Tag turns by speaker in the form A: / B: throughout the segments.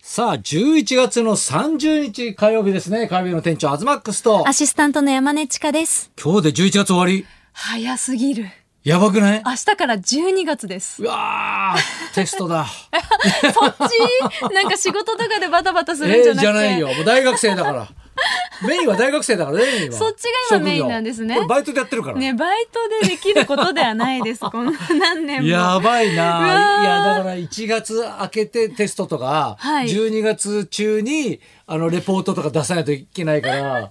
A: さあ、11月の30日火曜日ですね。火曜日の店長、アズマックスと。
B: アシスタントの山根千佳です。
A: 今日で11月終わり。
B: 早すぎる。
A: やばくない
B: 明日から12月で す。
A: うわー、テスト だ。
B: そっちなんか仕事とかでバタバタするんじ
A: えー、
B: ゃなくて。
A: じゃないよ。もう大学生だから。メインは大学生だからね、メインは
B: そっちが今メインなんですね
A: 職業これバイトでやってるから。
B: ね、バイトでできることではないです。この何年も。
A: やばいな
B: うわー
A: いや、だから1月明けてテストとか、
B: はい
A: 12月中に、あの、レポートとか出さないといけないから、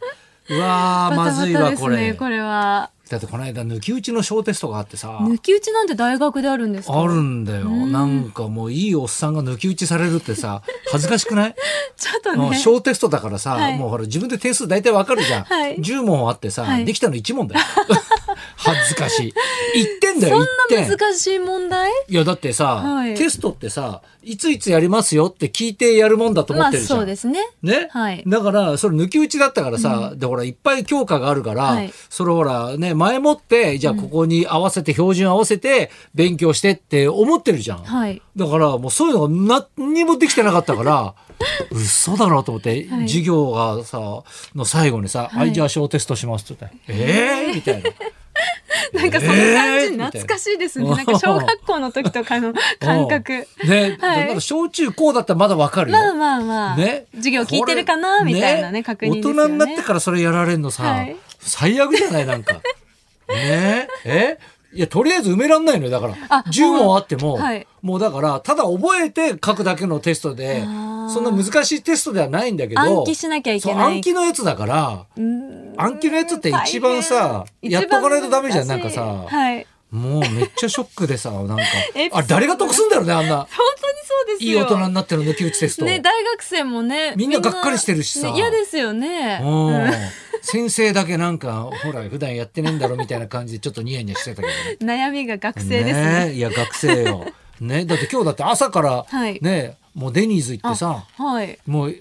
A: うわー、
B: バ
A: ま
B: タ
A: ずい
B: バタ
A: わ、
B: です
A: これ
B: ね、。これは。
A: だってこの間、抜き打ちの小テストがあってさ。
B: 抜き打ちなんて大学であるんですか
A: あるんだよ。なんかもういいおっさんが抜き打ちされるってさ、 恥ずかしくない、
B: ちょっと
A: うん
B: ね。
A: 小テストだからさ、
B: はい
A: もうほら自分で点数大体わかるじゃん。
B: はい
A: 10問あってさ、
B: はい
A: できたの1問だよ。 恥ずかしい。1点だよ、1
B: そん
A: 点
B: な。難しい問題
A: いやだってさ、
B: はい
A: テストってさ、いついつやりますよって聞いてやるもんだと思
B: ま
A: っ
B: あ
A: てるじゃん。
B: そうですね。
A: ね、
B: はい
A: だからそれ抜き打ちだったからさ、でほらいっぱい教科があるから、
B: はい
A: それほらね前もってじゃあここに合わせて、標準合わせて勉強してって思ってるじゃん、
B: はい。
A: だからもうそういうのが何にもできてなかったから 嘘だろうと思って、
B: はい
A: 授業がさの最後にさ「
B: はい
A: はいじゃあ小テストします」って言って「え ー!」みたいな
B: なんかその
A: えー
B: 感
A: み
B: じ
A: たいな
B: 懐かしいですね。なんか小学校の時と かの感覚。
A: うんね、
B: はい
A: だから小中高だったらまだわかるよ、
B: まあまあまあ。
A: ね、
B: 授業聞いてるかな
A: これ
B: みたいなね、確認ですよね。
A: 大人になってからそれやられんのさ、
B: はい
A: 最悪じゃない なんかねえいやとりあえず埋めらんないのよだから
B: あ
A: 10問あっても、
B: はい
A: もうだからただ覚えて書くだけのテストで
B: あー
A: そんな難しいテストではないんだけど
B: 暗記しなきゃいけない
A: そう暗記のやつだから
B: うん
A: 暗記のやつって一番さ
B: 大変
A: やっとかないとダメじゃん
B: 一
A: なん
B: 番
A: か
B: 難しい
A: さ、
B: はい。
A: もうめっちゃショックでさなん か
B: エピソード
A: あ誰が得すんだろうねあんな
B: 本当にそうです
A: い
B: よ。
A: い大人になってる抜き打ちテスト。
B: ね、大学生もね。
A: みんながっかりしてるしさ
B: ね嫌ですよね。
A: うん
B: うん
A: 先生だけなんかほら普段やってねえんだろみたいな感じでちょっとニヤニヤしてたけどね
B: 悩みが学生ですね。
A: えいや学生よ、ね、だって今日だって朝から
B: はい
A: ね、もうデニーズ行ってさ
B: はい。
A: もう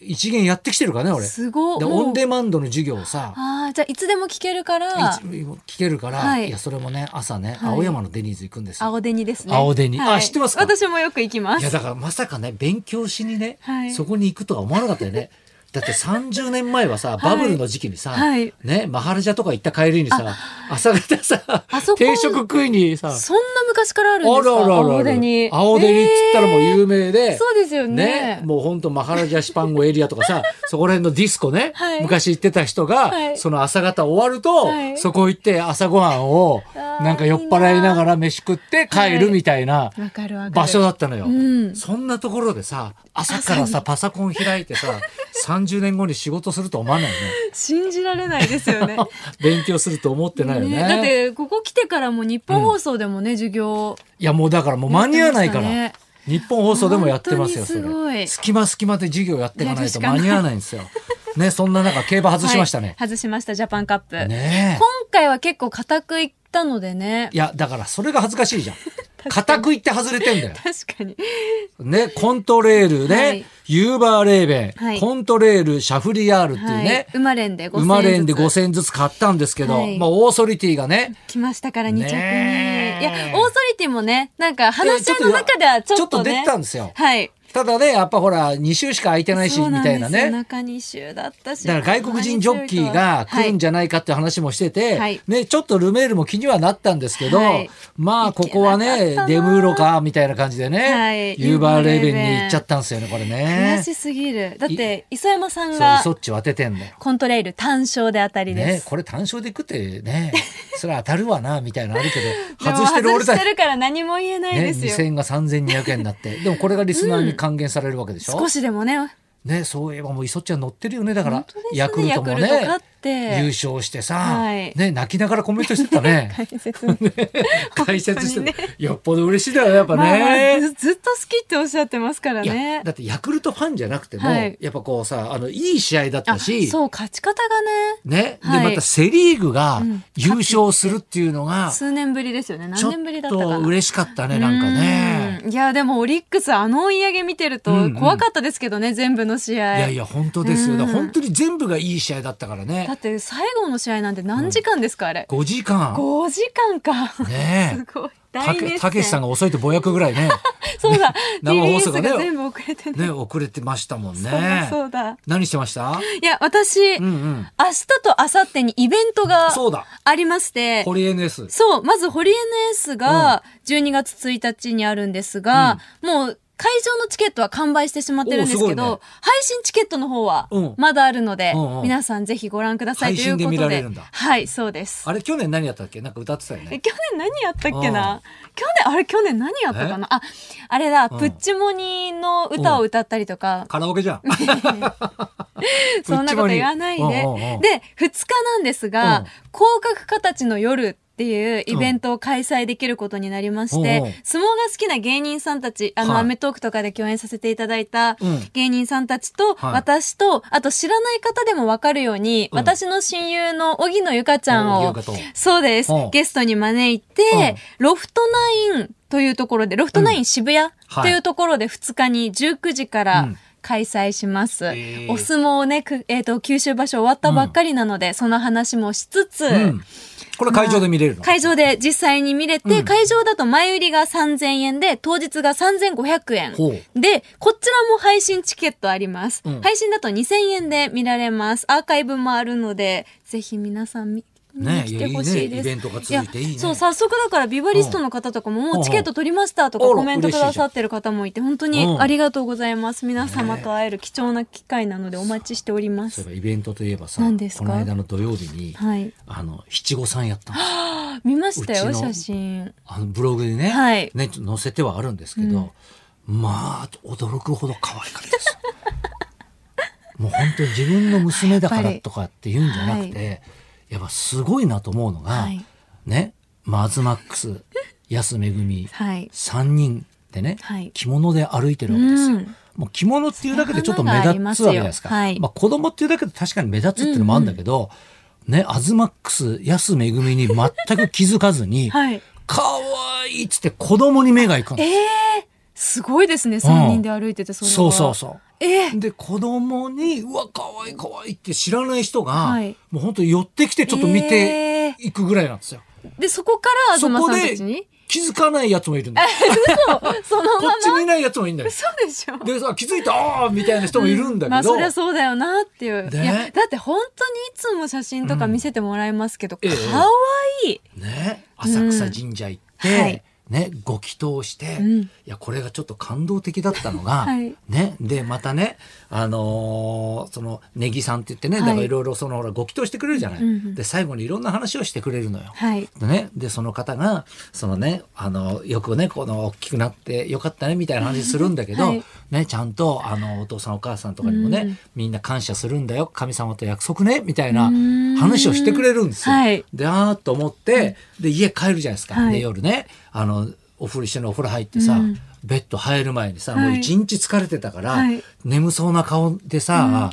A: 一元やってきてるからね俺
B: すごい。
A: でオンデマンドの授業をさ
B: ああ、じゃあいつでも聞けるから
A: いつ、聞けるから、
B: はい
A: い、やそれもね朝ね、
B: はい
A: 青山のデニーズ行くんですよ。
B: 青デニですね。
A: 青デニあ知ってますか
B: 私もよく行きま
A: いや
B: す。
A: だからまさかね勉強しにね、
B: はい
A: そこに行くとは思わなかったよ ね。だって30年前はさバブルの時期にさ、
B: はい
A: ねマハラジャとか行った帰りにさ朝方さ
B: あそこ
A: 定食食いにさ
B: そんな昔からあ
A: あ
B: るんですか青デニ。
A: 青デニっつったらもう有名で、
B: えーそうですよ
A: ね
B: ね。
A: もうほんとマハラジャシパンゴエリアとかさそこら辺のディスコね、
B: はい
A: 昔行ってた人が、
B: はい
A: その朝方終わると、
B: はい
A: そこ行って朝ごはんを
B: あー
A: なんか酔っ払いながら飯食って帰るみたいな。
B: わかるわかる。
A: 場所だったのよ、
B: うん
A: そんなところでさ朝からさパソコン開いて さ30年後に仕事すると思わないよね
B: 信じられないです よね。
A: 勉強すると思ってないよね
B: ねだってここ来てからも日本放送でもね、授業
A: いやもうだからもう間に合わないから、
B: やってましたね
A: 日本放送でもやってますよ
B: 本当にすご
A: それ
B: い
A: 隙間隙間で授業やっていかないと
B: やるしかな
A: 間
B: い
A: に合わないんですよねそんな中競馬外しましたね、
B: はい外しましたジャパンカップ、
A: ねえ
B: 今回は結構固くいったのでね
A: いやだからそれが恥ずかしいじゃん固く言って外れてんだよ
B: 確かに
A: ね、コントレールね、
B: はい
A: ユーバーレーベン、
B: はい
A: コントレール、シャフリヤールっていう
B: は
A: ね、
B: い、馬連で5000
A: 馬連で
B: ずつ
A: 5000ずつ買ったんですけど、
B: はい
A: まあオーソリティがね、
B: 来ましたから2着に、
A: ねえ
B: いやオーソリティもねなんか話し合いの中ではちょっと
A: ちょ
B: ね
A: っと出たんですよ。
B: はい
A: ただね、やっぱほら、2週しか空いてないし、
B: そう
A: み
B: ん
A: た
B: です
A: いなね。
B: 中2週だったし
A: だから外国人ジョッキーが来るんじゃないかって話もしてて、
B: はい
A: ね、ちょっとルメールも気にはなったんですけど、
B: はい
A: まあここは
B: 行け
A: ね
B: なかったな、
A: デムーロか、みたいな感じでね、
B: はい
A: ユーバーレーベンに行っちゃったんですよね、これ
B: はい、
A: ね
B: 悔。しすぎるだって磯山さん
A: そう、
B: が
A: そっちを当ててんだよ。
B: コントレイル単勝で当たりで
A: ね、
B: す、
A: これ単勝で食ってね、それ当たるわな、みたいなのあるけど、
B: でも
A: 外してる俺た
B: 外し
A: ち
B: て。るから何も言えない
A: ね、
B: ですよ、
A: 2000円が3200円になって。でもこれがリスナーに還元されるわけでしょ、
B: 少しでもね
A: ね、そういえばもうイソちゃん乗ってるよね。だから、
B: 本当ですね
A: ヤクルトもね
B: ヤクルト勝って
A: 優勝してさ、
B: はい
A: ね、泣きながらコメントして たね。
B: 解説に
A: 解説してた、
B: 本当に
A: よっぽど嬉しいだよ、やっぱね。
B: まあまあずずっと好きっておっしゃってますから
A: いや
B: ね
A: だってヤクルトファンじゃなくても、
B: はい
A: やっぱこうさあのいい試合だった
B: あ
A: し
B: そう勝ち方が
A: ね、
B: ねは
A: で
B: い
A: またセ・リーグが
B: うん
A: 優勝するっていうのが、
B: 数年ぶりですよね
A: ち
B: 何
A: ょ
B: 年ぶりだ
A: っ
B: ったかな
A: と嬉しかったねなんかね。
B: うんいやでもオリックスあの追い上げ見てると
A: うんうん
B: 怖かったですけどね、全部の試合
A: いやいや本当ですよ、
B: うん
A: だから本当に全部がいい試合だったから
B: だ
A: ね
B: って最後の試合なんて何時間ですか、あれ
A: 5時間
B: 5時間か
A: ね
B: すごい
A: た
B: 大熱
A: け
B: 戦
A: たけしさんが遅いとぼやくぐらい ね
B: そうだ、
A: 生放送がね
B: TBS 全部遅れて
A: ね遅れてましたもん
B: そうだ
A: ね
B: そうだ。
A: 何してました
B: いや、私、
A: うんうん
B: 明日と明後日にイベントが
A: そうだ
B: ありまして、
A: 堀 NS
B: そう、まずホリエ NS が12月1日にあるんですが、もう会場のチケットは完売してしまってるんです
A: おー
B: け
A: すごい
B: ど、
A: ね
B: 配信チケットの方は
A: うん
B: まだあるので、
A: うんうん
B: 皆さんぜひご覧くださいということ
A: 配
B: で。
A: 信で見られるんだ
B: はい、そうです。
A: あれ去年何やったっけなんか歌ってたよ
B: え
A: ね
B: 去年何やったっけな去年、あれ去年何やったかなあ、あれだ、
A: うん
B: プッチモニの歌を歌ったりとか、
A: カラオケじゃん
B: そんなこと言わないで。
A: う
B: で
A: んうんうん、
B: 2日なんですが、
A: うん
B: 広角形の夜っていうイベントを開催できることになりまして、
A: うんうん
B: 相撲が好きな芸人さんたち、あの、
A: はい
B: アメトークとかで共演させていただいた
A: うん
B: 芸人さんたちと、
A: はい
B: 私と、あと知らない方でもわかるように、
A: うん
B: 私の親友の荻野ゆかちゃん
A: お
B: を
A: ゆかと
B: そうです
A: うん。
B: ゲストに招いて、ロフトナインというところで、ロフトナイン渋谷というところで2日に19時か
A: う
B: ら
A: ん
B: 開催します。
A: ー
B: お相撲をね、くえっ、と、九州場所終わったばっかりなので、その話もしつつ、
A: うんこれ会場で見れるの
B: 会場で実際に見れて、
A: うん
B: 会場だと前売りが3000円で、当日が3500円。
A: ほう
B: で、こちらも配信チケットあります。
A: うん
B: 配信だと2000円で見られます。アーカイブもあるので、ぜひ皆さん見見に
A: ね
B: 来てほし
A: いやい
B: い
A: いねイ
B: です。
A: ベントが続いていいね
B: やそう、早速だからビバリストの方とかも
A: うん
B: もうチケット取りましたとか
A: うんうん
B: コメントくださってる方もいて、本当に
A: うん
B: ありがとうございます。皆様と会える貴重な機会なのでお待ちしておりま
A: そうい
B: す。
A: えばイベントといえばさ
B: 何です
A: こ
B: か
A: の間の土曜日に
B: はい。
A: あの七五三やったの
B: あ見ました
A: う
B: よ、
A: ちの
B: 写真。
A: あのブログでね,、
B: はい
A: ねちょっと載せてはあるんですけど、まあ驚くほど可愛かったです。 もう本当に自分の娘だか
B: やっ
A: ら
B: ぱり
A: とかっていうんじゃなくて、やっぱすごいなと思うのが、
B: はい
A: ね、マズマックス、安めぐみ、
B: はい。
A: 三人でね、
B: はい
A: 着物で歩いてるわけですよ。
B: うん
A: もう着物っていうだけでちょっと目立つわけじゃないですか。
B: それは花がありますよはい
A: まあ子供っていうだけで確かに目立つっていうのもあるんだけど、ね、アズマックス、安めぐみに全く気づかずに、
B: はい。
A: かわいいっつって子供に目が行くの
B: え。えー、すごいですね、3人で歩いてて、それは
A: そうそうそう。
B: ええ
A: で、子供に、うわ、かわいいかわいいって知らない人が、
B: はい
A: もう本当に寄ってきてちょっと見て
B: え
A: いくぐらいなんですよ。
B: で、そこから
A: そ
B: 東
A: こ
B: さん
A: で
B: たちに
A: 気づかないやつもいるんだよ。
B: その
A: こっ
B: ま
A: ち見ないやつもいるんだよ
B: ま。。そうでしょ。
A: でさ、気づいた、ああみたいな人もいるんだ
B: まあ、
A: けど、
B: そりゃそうだよなっていう。
A: ね
B: いや、だって本当にいつも写真とか見せてもらいますけど、
A: ええ
B: かわいい。
A: ね、浅草神社行って、
B: うんはい
A: ね、ご祈祷して、
B: うん
A: いや、これがちょっと感動的だったのが、
B: はい
A: ね、で、またね、あのーその、ネギさんって言ってね、
B: はい
A: だからいろいろその、ほら、ご祈祷してくれるじゃない。
B: うんうん
A: で、最後にいろんな話をしてくれるのよ。
B: はい。
A: でね、でその方がそのねあのよくねこの大きくなってよかったねみたいな話するんだけど、
B: はい
A: ね、ちゃんとあのお父さんお母さんとかにもね、
B: うん
A: みんな感謝するんだよ神様と約束ねみたいな
B: うん
A: 話をしてくれるんですよ。
B: はい
A: であーっと思ってで家帰るじゃないですか、
B: はい
A: で夜ねあのお風呂一緒にお風呂入ってさ、
B: うん
A: ベッド入る前にさ、
B: はい
A: もう一日疲れてたから、
B: はい
A: 眠そうな顔でさ、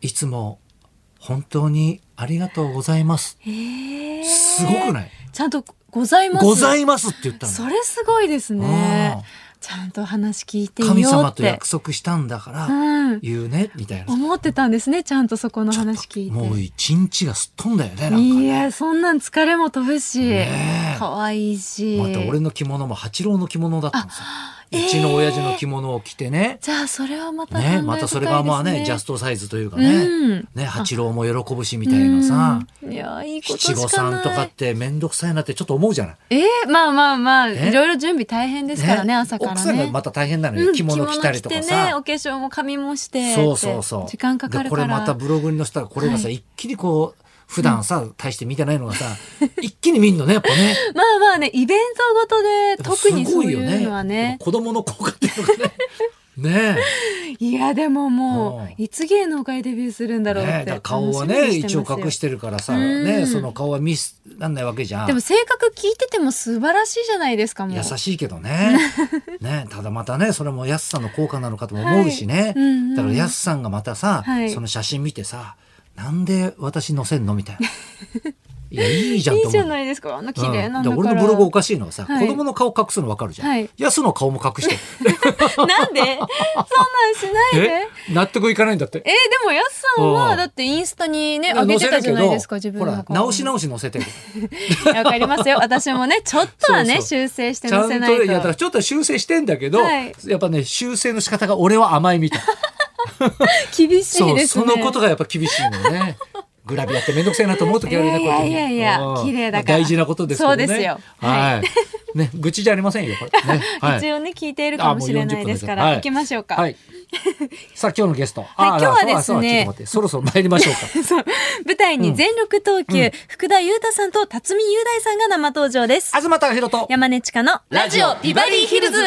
A: いつも本当にありがとうございます
B: ええ
A: すごくない
B: ちゃんと、ございます。
A: ございますって言ったの。
B: それすごいです
A: うん
B: ね。ちゃんと話聞いていようっ
A: 神
B: て。
A: 様と約束したんだから、
B: うん。
A: 言うね、みたいな。
B: 思ってたんですね、ちゃんとそこの話聞いて。
A: もう一日がすっ飛んだよね、なんか
B: い
A: ね。
B: や、そんなん疲れも飛ぶし、
A: ねえ
B: 可愛いし。
A: また俺の着物も八郎の着物だったんです
B: え
A: よ。
B: ー
A: うちの親父の着物を着てね。
B: じゃあ、それはまた、
A: ね、またそれがまあね、ジャストサイズというかね
B: うん。
A: ね、八郎も喜ぶしみたいなさ。
B: うん。いや、いいことし
A: 七
B: かない。
A: 五三とかってめんどくさいなってちょっと思うじゃない。
B: ええまあまあまあ、
A: ね
B: いろいろ準備大変ですからね、朝からね。
A: 奥さんがまた大変なの
B: う
A: よ。
B: ん
A: 着物着たりとか
B: 着物着てね、
A: さ
B: お。化粧も髪もして。
A: そうそうそう。
B: 時間かか
A: で
B: るから。
A: これまたブログに載せたら、これがさ、一気にこう、普段さ、大して見てないのがさ、 一気に見んのね、やっぱ ね。
B: まあまあね、イベントごとで、特にそういうのは
A: やっ
B: ね
A: ぱ。子供の効果っていうの がね。ね
B: いや、でもも
A: う
B: う、いつ芸能界デビューするんだ
A: え。
B: ろうって
A: ねえだ
B: 楽しみ
A: か
B: にしてます
A: ら
B: よ。
A: 顔はね、一応隠してるからさ、
B: うん
A: ねえその顔は見せなんないわけじゃ
B: で
A: ん
B: も。性格聞いてても素晴らしいじゃないですか、もう。
A: 優しいけどね。ねえただまたね、それも安さんの効果なのかとも思うしね。
B: いうんうん
A: だから安さんがまたさ、
B: はい
A: その写真見てさ、なんで私載せんのみたいな。いや、いいじゃん
B: い
A: と
B: いじ
A: 思
B: ゃ
A: う。
B: ないですか。あんな綺麗なん
A: で
B: だから。
A: 俺のブログおかしいのはさ、
B: は
A: 子
B: い
A: 供の顔隠すの分かるじゃん、
B: はい
A: やすの顔も隠して
B: なんでそんなんしないで。
A: え納得いかないんだって
B: えー、でもやすさん
A: う
B: は
A: ん
B: だってインスタにね上
A: 載
B: げ
A: せ
B: て
A: な
B: た
A: い
B: じ
A: け
B: ゃないですか
A: ど
B: 自
A: ほ
B: 分の
A: ら
B: 顔
A: 直し直し載せて る
B: わかりますよ私もねちょっとはね
A: そうそう
B: 修正して
A: ちゃ
B: 載
A: ん
B: せな
A: とい
B: い
A: やだから
B: と
A: ちょっと修正してんだけど、
B: はい
A: やっぱね修正の仕方が俺は甘い みたい
B: 厳し
A: そ
B: いうです
A: そ
B: ね
A: のことがやっぱ厳しいの ねグラビアってめんどくせえなと思う時あるよね
B: いやいやいや
A: こうう
B: 綺麗だから
A: まあ大事なことですけどね
B: そうですよ
A: は、
B: はい
A: ね愚痴じゃありませんよこれね、はい、
B: 一応ね聞いているかもしれないですか
A: あも
B: ら
A: う40分ですはい
B: 行きましょうか、
A: はい。さあ今日のゲスト。
B: はい今日はで
A: そうだそう
B: すね
A: だちょっと待ってそろそろ参りましょうか。
B: そう舞台に全力投球、福田裕太さんと辰巳雄大さんが生登場です
A: 東隆弘と
B: 山根千佳のラジオビバリーヒルズ